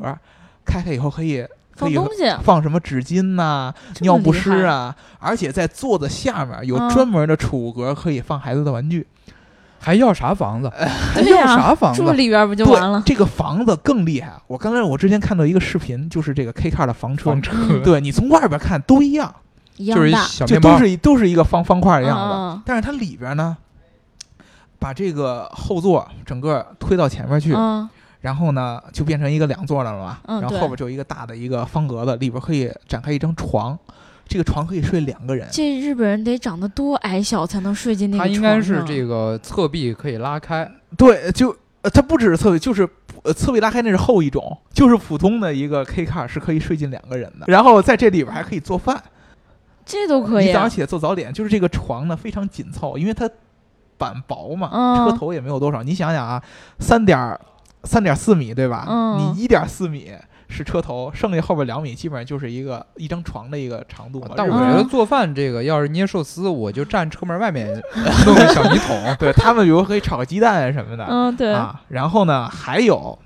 Speaker 2: 开开以后可以可
Speaker 1: 放
Speaker 2: 以
Speaker 1: 东西，啊
Speaker 2: 放什么纸巾呐、
Speaker 1: 这么
Speaker 2: 尿不
Speaker 1: 厉
Speaker 2: 湿啊， 而且在座的下面有
Speaker 1: 嗯
Speaker 2: 专门的储物格，可以放孩子的玩具。
Speaker 3: 还要啥房子？还
Speaker 1: 对
Speaker 3: 要
Speaker 1: 呀
Speaker 3: 啥房子
Speaker 1: 住？里边儿不就
Speaker 2: 对
Speaker 1: 完了？
Speaker 2: 这个房子更厉害。啊我刚才我之前看到一个视频，就是这个 K car 的房车，
Speaker 3: 房车
Speaker 2: 对你从外边看都一样，
Speaker 1: 嗯一样
Speaker 3: 就是一
Speaker 1: 大，
Speaker 3: 小
Speaker 2: 就
Speaker 3: 面包
Speaker 2: 都，是一都是一个方方块的样子，
Speaker 1: 嗯嗯
Speaker 2: 但是它里边呢，把这个后座整个推到前面去，
Speaker 1: 嗯
Speaker 2: 然后呢就变成一个两座的了嘛，
Speaker 1: 嗯
Speaker 2: 然后
Speaker 1: 对
Speaker 2: 后边就有一个大的一个方格子，里边可以展开一张床，这个床可以睡两个人。
Speaker 1: 这日本人得长得多矮小才能睡进那个
Speaker 3: 它
Speaker 1: 床
Speaker 3: 应该是这
Speaker 1: 个，
Speaker 3: 个侧壁可以拉开，
Speaker 2: 对，就呃，它不只是侧位，就是呃侧位拉开那是后一种，就是普通的一个 K car 是可以睡进两个人的。然后在这里边还可以做饭，
Speaker 1: 这都可以
Speaker 2: 你早
Speaker 1: 啊
Speaker 2: 上。起来做早点，就是这个床呢非常紧凑，因为它板薄嘛，
Speaker 1: 嗯
Speaker 2: 车头也没有多少。你想想啊，三点三点四米对吧？
Speaker 1: 嗯
Speaker 2: 你一点四米。是车头，剩下后边两米基本上就是一个一张床的一个长度嘛。
Speaker 3: 但
Speaker 2: 日
Speaker 3: 我
Speaker 2: 本
Speaker 3: 觉
Speaker 2: 人
Speaker 3: 得
Speaker 1: 嗯
Speaker 3: 做饭这个，要是捏寿司，我就站车门外面弄个小米桶。
Speaker 2: 对他们，比如可以炒个鸡蛋啊什么的，
Speaker 1: 嗯，对，
Speaker 2: 啊，然后呢，还有，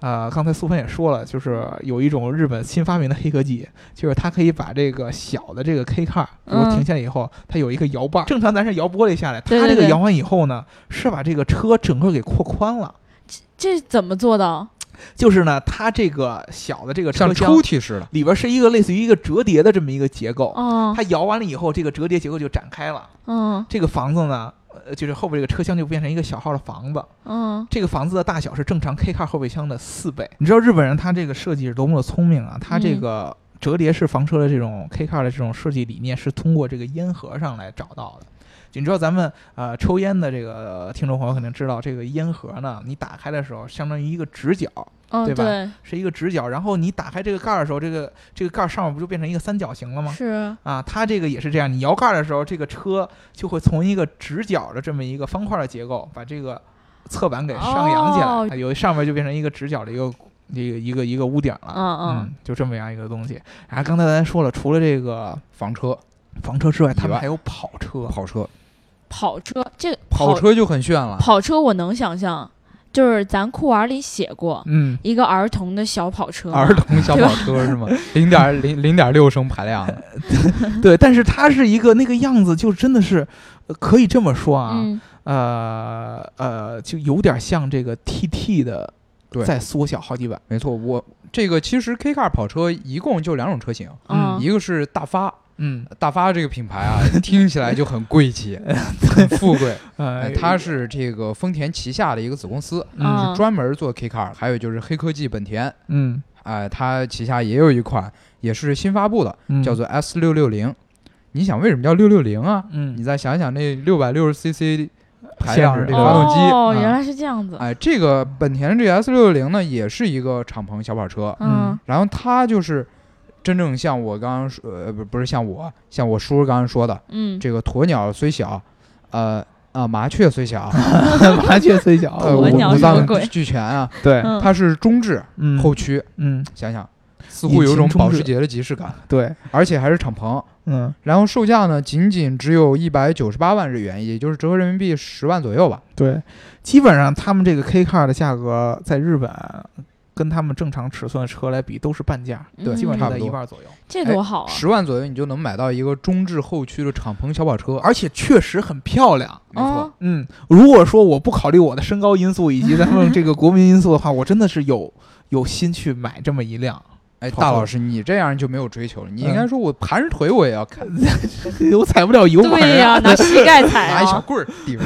Speaker 2: 呃，刚才苏芬也说了，就是有一种日本新发明的黑科技，就是它可以把这个小的这个 K car，比如
Speaker 1: 嗯
Speaker 2: 停下来以后，它有一个摇把儿，正常咱是摇玻璃下来，它
Speaker 1: 对对
Speaker 2: 这个
Speaker 1: 对
Speaker 2: 摇完以后呢，是把这个车整个给扩宽了，
Speaker 1: 这怎么做到？
Speaker 2: 就是呢，它这个小的这个车
Speaker 3: 像
Speaker 2: 厢
Speaker 3: 抽屉似的，
Speaker 2: 里边是一个类似于一个折叠的这么一个结构，
Speaker 1: 哦，
Speaker 2: 它摇完了以后，这个折叠结构就展开了，
Speaker 1: 嗯
Speaker 2: 这个房子呢。呃，就是后边这个车厢就变成一个小号的房子，
Speaker 1: 嗯
Speaker 2: 这个房子的大小是正常 K car 后备箱的四倍。你知道日本人他这个设计是多么的聪明啊！他这个折叠式房车的这种 K car 的这种设计理念是通过这个烟盒上来找到的。就你知道咱们呃抽烟的这个听众朋友肯定知道，这个烟盒呢，你打开的时候相当于一个直角，
Speaker 1: 嗯，
Speaker 2: 对吧
Speaker 1: 对，
Speaker 2: 是一个直角，然后你打开这个盖儿的时候，这个这个盖儿上面不就变成一个三角形了吗？
Speaker 1: 是，
Speaker 2: 啊，它这个也是这样，你摇盖儿的时候，这个车就会从一个直角的这么一个方块的结构，把这个侧板给上扬起来，
Speaker 1: 哦
Speaker 2: 有上面就变成一个直角的一个一个一个一个屋顶了。
Speaker 1: 嗯嗯
Speaker 2: 就这么样一个东西。然后刚才咱说了，除了这个
Speaker 3: 房车、
Speaker 2: 房车之外，他
Speaker 3: 以
Speaker 2: 们
Speaker 3: 外
Speaker 2: 还有跑车。
Speaker 3: 跑车、
Speaker 1: 跑车，这个
Speaker 3: 跑车啊就很炫了。
Speaker 1: 跑车我能想象，就是咱裤玩里写过
Speaker 2: 嗯，
Speaker 1: 一个儿童的小跑车嘛，
Speaker 3: 儿童小跑车是吗？零点零零点六升排量的，
Speaker 2: 对，但是它是一个那个样子，就真的是、呃可以这么说啊，
Speaker 1: 嗯
Speaker 2: 呃呃，就有点像这个 TT 的，
Speaker 3: 对
Speaker 2: 再缩小好几版。
Speaker 3: 没错。我这个其实 K car 跑车一共就两种车型，
Speaker 2: 嗯
Speaker 3: 一个是大发，
Speaker 2: 嗯，
Speaker 3: 大发这个品牌啊，听起来就很贵气、很富贵。
Speaker 2: 呃
Speaker 3: 哎，，它是这个丰田旗下的一个子公司，
Speaker 2: 嗯
Speaker 1: 嗯
Speaker 3: 专门做 K car，还有就是黑科技本田，
Speaker 2: 嗯。
Speaker 3: 哎，它旗下也有一款也是新发布的，
Speaker 2: 嗯
Speaker 3: 叫做 S 六六零。你想为什么叫六六零啊？
Speaker 2: 嗯
Speaker 3: 你再想想那六百六十 CC 排量的
Speaker 2: 限制
Speaker 3: 这个发动机，
Speaker 1: 哦，
Speaker 2: 啊
Speaker 1: 原来是这样子，
Speaker 3: 哎，这个本田这 S 六六零呢，也是一个敞篷小跑车，
Speaker 1: 嗯
Speaker 3: 然后它就是真正像我刚刚说，呃，不不是像我，像我叔刚刚说的，
Speaker 1: 嗯，
Speaker 3: 这个鸵鸟虽小，呃啊，麻雀 虽小，
Speaker 2: 麻雀虽小，
Speaker 3: 呃，
Speaker 1: 鸵
Speaker 3: 五
Speaker 1: 鸟
Speaker 3: 五
Speaker 1: 是什么
Speaker 3: 脏
Speaker 1: 鬼
Speaker 3: 俱全啊，
Speaker 2: 对，
Speaker 1: 嗯
Speaker 3: 它是中置
Speaker 2: 嗯
Speaker 3: 后驱，
Speaker 2: 嗯
Speaker 3: 想想似乎有一
Speaker 2: 引
Speaker 3: 种
Speaker 2: 擎中
Speaker 3: 保
Speaker 2: 置
Speaker 3: 时捷的即视感，
Speaker 2: 对，
Speaker 3: 而且还是敞篷。
Speaker 2: 嗯
Speaker 3: 然后售价呢，仅仅只有一百九十八万日元，也就是折合人民币十万左右吧。
Speaker 2: 对，基本上他们这个 K car 的价格在日本跟他们正常尺寸的车来比，都是半价，
Speaker 3: 对
Speaker 2: 基本上
Speaker 3: 差
Speaker 1: 嗯
Speaker 3: 不
Speaker 2: 在
Speaker 3: 多
Speaker 2: 一半左右。
Speaker 1: 这多 好啊！
Speaker 3: 十万左右你就能买到一个中置后驱的敞篷小跑车，
Speaker 2: 而且确实很漂亮。
Speaker 3: 没错，
Speaker 1: 啊
Speaker 2: 嗯，如果说我不考虑我的身高因素以及咱们这个国民因素的话，我真的是有 有心去买这么一辆。
Speaker 3: 哎，
Speaker 2: 跑
Speaker 3: 大
Speaker 2: 车
Speaker 3: 老师你这样就没有追求了，你应该说我盘着腿我也要 看，
Speaker 2: 我踩不了油门儿啊
Speaker 1: 对呀、拿膝盖踩
Speaker 3: 拿一小
Speaker 1: 啊！
Speaker 3: 棍儿抵着，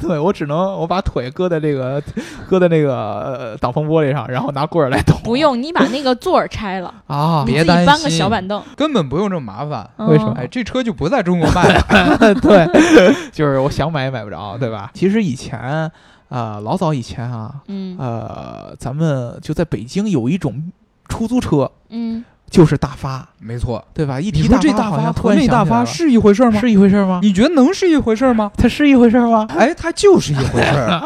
Speaker 2: 对我只能我把腿搁在这个搁在那个呃挡风玻璃上，然后拿棍儿来捅。
Speaker 1: 不用，你把那个座儿拆了，
Speaker 2: 啊，
Speaker 1: 你
Speaker 3: 别
Speaker 1: 自己
Speaker 3: 担
Speaker 1: 搬个
Speaker 3: 心
Speaker 1: 小板凳。
Speaker 3: 根本不用这么麻烦。
Speaker 2: 为什么
Speaker 1: 嗯
Speaker 3: 哎，这车就不在中国卖 了。
Speaker 2: 对， 就是我想买也买不着，对吧？其实以前呃，老早以前啊，
Speaker 1: 嗯
Speaker 2: 呃，咱们就在北京有一种出租车，
Speaker 1: 嗯，
Speaker 2: 就是大发，
Speaker 3: 没错，
Speaker 2: 对吧？一
Speaker 3: 你
Speaker 2: 提
Speaker 3: 说这大
Speaker 2: 好
Speaker 3: 发
Speaker 2: 像突
Speaker 3: 和
Speaker 2: 然
Speaker 3: 那
Speaker 2: 想
Speaker 3: 大
Speaker 2: 起来
Speaker 3: 发
Speaker 2: 了
Speaker 3: 是一回事儿吗？
Speaker 2: 是一啊回事儿吗？
Speaker 3: 你觉得能是一回事儿吗？
Speaker 2: 它是一回事儿吗？
Speaker 3: 哎，它就是一回事 儿。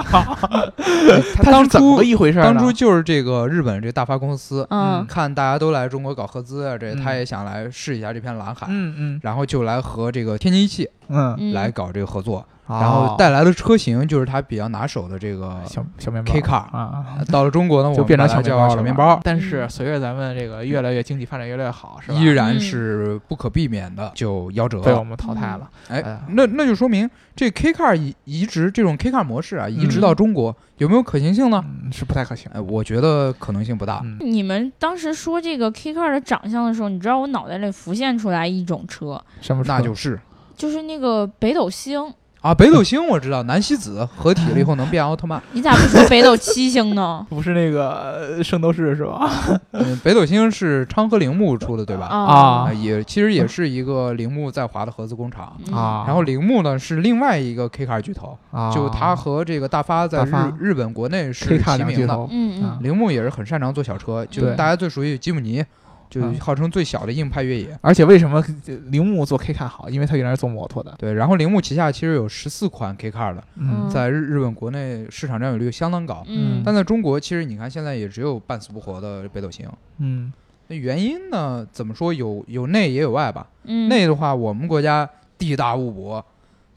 Speaker 2: 它
Speaker 3: 当
Speaker 2: 是怎
Speaker 3: 初
Speaker 2: 么一回事儿啊
Speaker 3: 当
Speaker 2: 呢
Speaker 3: 初就是这个日本这大发公司，
Speaker 1: 嗯
Speaker 2: 嗯
Speaker 3: 看大家都来中国搞合资啊，这
Speaker 2: 嗯
Speaker 3: 他也想来试一下这片蓝海，
Speaker 2: 嗯
Speaker 3: 然后就来和这个天津一汽
Speaker 2: 嗯哦嗯，
Speaker 1: 嗯
Speaker 3: 来搞这个合作，
Speaker 2: 然
Speaker 3: 然后带来的车型就是他比较拿手的这个。
Speaker 2: 小小面包
Speaker 3: K car
Speaker 2: 啊，
Speaker 3: 到了中国呢，我
Speaker 2: 就
Speaker 3: 们
Speaker 2: 变成
Speaker 3: 把它
Speaker 2: 小面
Speaker 3: 叫
Speaker 2: 包了
Speaker 3: 小面
Speaker 2: 吧
Speaker 3: 包，
Speaker 2: 但是随着咱们这个越来越经济发展越来越好，是吧？
Speaker 3: 依然
Speaker 1: 嗯
Speaker 3: 是不可避免的就夭折
Speaker 2: 被我
Speaker 3: 了。
Speaker 2: 们淘汰了。
Speaker 3: 哎
Speaker 2: 哎，
Speaker 3: 那那就说明这 K car 移移植这种 K car 模式啊，移植
Speaker 2: 嗯
Speaker 3: 到中国有没有可行性呢？
Speaker 2: 嗯，是不太可行。
Speaker 3: 哎，我觉得可能性不大。
Speaker 2: 嗯，
Speaker 1: 你们当时说这个 K car 的长相的时候，你知道我脑袋里浮现出来一种车，
Speaker 2: 什么车？
Speaker 3: 那就是
Speaker 1: 就是那个北斗星。
Speaker 3: 啊，北斗星我知道，南希子合体了以后能变奥特曼。
Speaker 1: 你咋不说北斗七星呢
Speaker 2: 不是那个呃圣斗士是吧？
Speaker 3: 嗯，北斗星是昌河铃木出的，对吧？
Speaker 2: 啊
Speaker 1: 啊
Speaker 3: 啊，也其实也是一个铃木在华的合资工厂。
Speaker 1: 嗯
Speaker 2: 啊，
Speaker 3: 然后铃木呢是另外一个 K car 巨头，
Speaker 2: 啊
Speaker 3: 就它和这个大发在
Speaker 2: 大
Speaker 3: 日
Speaker 2: 发
Speaker 3: 日本国内
Speaker 2: K
Speaker 3: 是
Speaker 2: 卡
Speaker 3: 齐
Speaker 2: 两
Speaker 3: 名
Speaker 2: 巨
Speaker 3: 的。
Speaker 2: 头，
Speaker 1: 嗯
Speaker 2: 啊
Speaker 1: 嗯，
Speaker 3: 铃木也是很擅长做小车，就
Speaker 2: 对
Speaker 3: 大家最熟悉吉姆尼，就
Speaker 2: 嗯
Speaker 3: 号称最小的硬派越野。
Speaker 2: 而且为什么呃铃木做 K 卡好？因为他原来是做摩托的，
Speaker 3: 对，然后铃木旗下其实有十四款 K car 的，
Speaker 1: 嗯
Speaker 3: 在日日本国内市场占有率相当高，
Speaker 1: 嗯
Speaker 3: 但在中国其实你看现在也只有半死不活的北斗星。
Speaker 2: 嗯
Speaker 3: 那原因呢？怎么说有有内也有外吧。
Speaker 1: 嗯，
Speaker 3: 内的话，我们国家地大物博，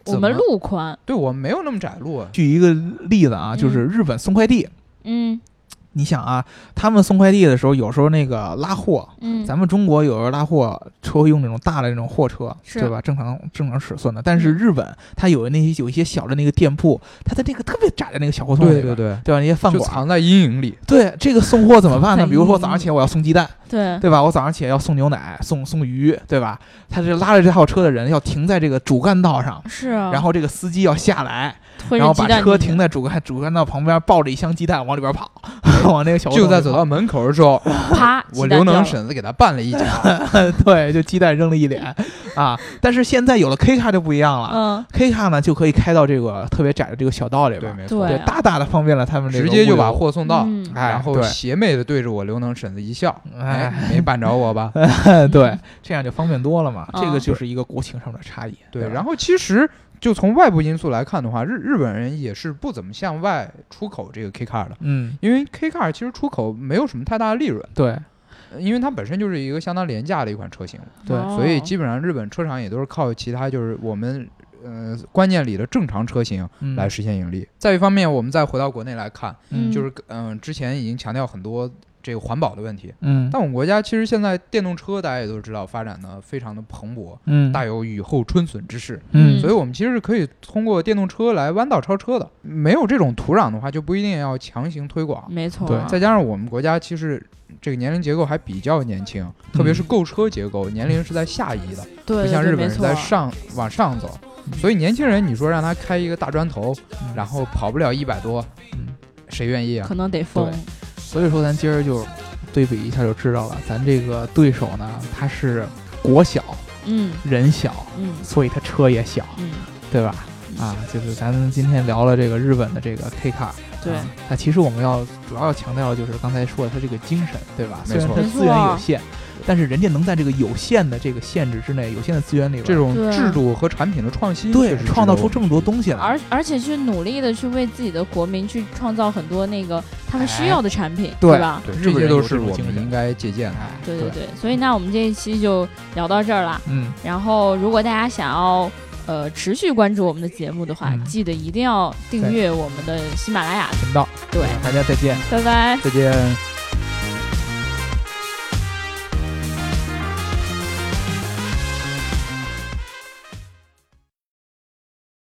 Speaker 1: 我
Speaker 3: 怎么
Speaker 1: 们路宽，
Speaker 3: 对我们没有那么窄路啊。
Speaker 2: 举一个例子啊，就是日本送快递，
Speaker 1: 嗯
Speaker 2: 你想啊，他们送快递的时候，有时候那个拉货，
Speaker 1: 嗯，
Speaker 2: 咱们中国有时候拉货车会用那种大的那种货车，
Speaker 1: 是
Speaker 2: 对吧？正常正常尺寸的，但是
Speaker 1: 嗯
Speaker 2: 日本它有那些有一些小的那个店铺，它在那个特别窄的那个小胡同里
Speaker 3: 对
Speaker 2: 边，
Speaker 3: 对对，
Speaker 2: 对吧？那些饭
Speaker 3: 就
Speaker 2: 馆，
Speaker 3: 藏在阴影里。
Speaker 2: 对这个送货怎么 办呢？
Speaker 1: 在
Speaker 2: 比如说
Speaker 1: 意
Speaker 2: 早上起来我要送鸡蛋，
Speaker 1: 对，
Speaker 2: 对吧？我早上起来要送牛奶，送送鱼，对吧？他这拉着这号车的人要停在这个主干道上。
Speaker 1: 是啊，
Speaker 2: 然后这个司机要下来，
Speaker 1: 推
Speaker 2: 然
Speaker 1: 着
Speaker 2: 后
Speaker 1: 鸡
Speaker 2: 把
Speaker 1: 蛋
Speaker 2: 车
Speaker 1: 进去
Speaker 2: 停在主干主干道旁边，抱着一箱鸡蛋往里边跑， 往那个小胡同
Speaker 3: 就在
Speaker 2: 里
Speaker 3: 走
Speaker 2: 跑
Speaker 3: 到门口的时候，
Speaker 1: 啪，
Speaker 3: 我
Speaker 1: 鸡蛋
Speaker 3: 刘
Speaker 1: 掉
Speaker 3: 能
Speaker 1: 了
Speaker 3: 婶子给他绊了一脚。
Speaker 2: 对，就鸡蛋扔了 一脸啊！但是现在有了 K 卡就不一样了、
Speaker 1: 嗯，
Speaker 2: k 卡呢就可以开到这个特别窄的这个小道里
Speaker 3: 对，
Speaker 2: 边，
Speaker 3: 没错，
Speaker 1: 对啊，
Speaker 2: 大大的方便了他们这个
Speaker 3: 直接就把
Speaker 2: 物流，
Speaker 3: 货送到。
Speaker 1: 嗯
Speaker 2: 哎，
Speaker 3: 然后
Speaker 2: 对，
Speaker 3: 邪魅的对着我刘能婶子一笑，
Speaker 2: 哎，
Speaker 3: 哎，没绊着我吧？
Speaker 2: 对，这样就方便多了嘛。
Speaker 1: 嗯
Speaker 2: 这个就是一个国情上的差异。
Speaker 3: 对，
Speaker 2: 吧
Speaker 3: 然后其实就从外部因素来看的话，日日本人也是不怎么向外出口这个 K car 的，
Speaker 2: 嗯，
Speaker 3: 因为 K car 其实出口没有什么太大的利润，
Speaker 2: 对，
Speaker 3: 呃因为它本身就是一个相当廉价的一款车型，
Speaker 2: 对
Speaker 1: 哦
Speaker 3: 所以基本上日本车厂也都是靠其他就是我们。呃，观念里的正常车型
Speaker 2: 嗯
Speaker 3: 来实现盈利。再一方面，我们再回到国内来看，
Speaker 2: 嗯
Speaker 3: 就是嗯、之前已经强调很多这个环保的问题，
Speaker 2: 嗯
Speaker 3: 但我们国家其实现在电动车大家也都知道发展的非常的蓬勃，
Speaker 2: 嗯
Speaker 3: 大有雨后春笋之势。
Speaker 2: 嗯
Speaker 3: 所以我们其实是可以通过电动车来弯道超车的。没有这种土壤的话，就不一定要强行推广。
Speaker 1: 没错
Speaker 2: 对
Speaker 1: 啊，
Speaker 3: 再加上我们国家其实这个年龄结构还比较年轻，特别是
Speaker 2: 嗯
Speaker 3: 购车结构，年龄是在下移的，
Speaker 1: 对，
Speaker 3: 不像
Speaker 1: 对
Speaker 3: 日
Speaker 1: 对
Speaker 3: 本
Speaker 1: 没
Speaker 3: 是
Speaker 1: 错
Speaker 3: 在上往上走。
Speaker 2: 嗯
Speaker 3: 所以年轻人，你说让他开一个大砖头，
Speaker 2: 嗯
Speaker 3: 然后跑不了一百多
Speaker 2: 嗯，
Speaker 3: 谁愿意啊
Speaker 1: 可？能得疯，
Speaker 2: 所以说咱今儿就对比一下就知道了，咱这个对手呢，他是国小
Speaker 1: 嗯
Speaker 2: 人小，
Speaker 1: 嗯
Speaker 2: 所以他车也小，
Speaker 1: 嗯，
Speaker 2: 对吧？啊，就是咱们今天聊了这个日本的这个 K car，
Speaker 1: 对
Speaker 2: 啊那、其实我们要主要要强调的就是刚才说的它这个精神，对吧？虽
Speaker 3: 没
Speaker 2: 然
Speaker 3: 错
Speaker 2: 它
Speaker 1: 没
Speaker 2: 资源
Speaker 1: 错啊
Speaker 2: 有限，但是人家能在这个有限的这个限制之内，有限的资源里边，
Speaker 3: 这种
Speaker 1: 对
Speaker 3: 制度和产品的创新，
Speaker 2: 对
Speaker 3: 确实
Speaker 2: 创造
Speaker 3: 值
Speaker 2: 出
Speaker 3: 得我
Speaker 2: 这么多东西来，
Speaker 1: 而而且去努力的去为自己的国民去创造很多那个他们需要的产品，
Speaker 2: 对
Speaker 1: 吧？
Speaker 3: 对，
Speaker 2: 日
Speaker 3: 这
Speaker 2: 本
Speaker 3: 些
Speaker 2: 人
Speaker 3: 都
Speaker 2: 有
Speaker 3: 是
Speaker 2: 这种
Speaker 3: 我
Speaker 2: 精
Speaker 3: 们
Speaker 2: 神
Speaker 3: 应该借鉴的。
Speaker 2: 哎，
Speaker 1: 对对，对，所以那我们这一期就聊到这儿了。
Speaker 2: 嗯，
Speaker 1: 然后，如果大家想要呃持续关注我们的节目的话，
Speaker 2: 嗯
Speaker 1: 记得一定要订
Speaker 2: 对
Speaker 1: 阅我们的喜马拉雅。
Speaker 2: 频道，
Speaker 1: 对，
Speaker 2: 大家再见。
Speaker 1: 拜拜。
Speaker 3: 再见。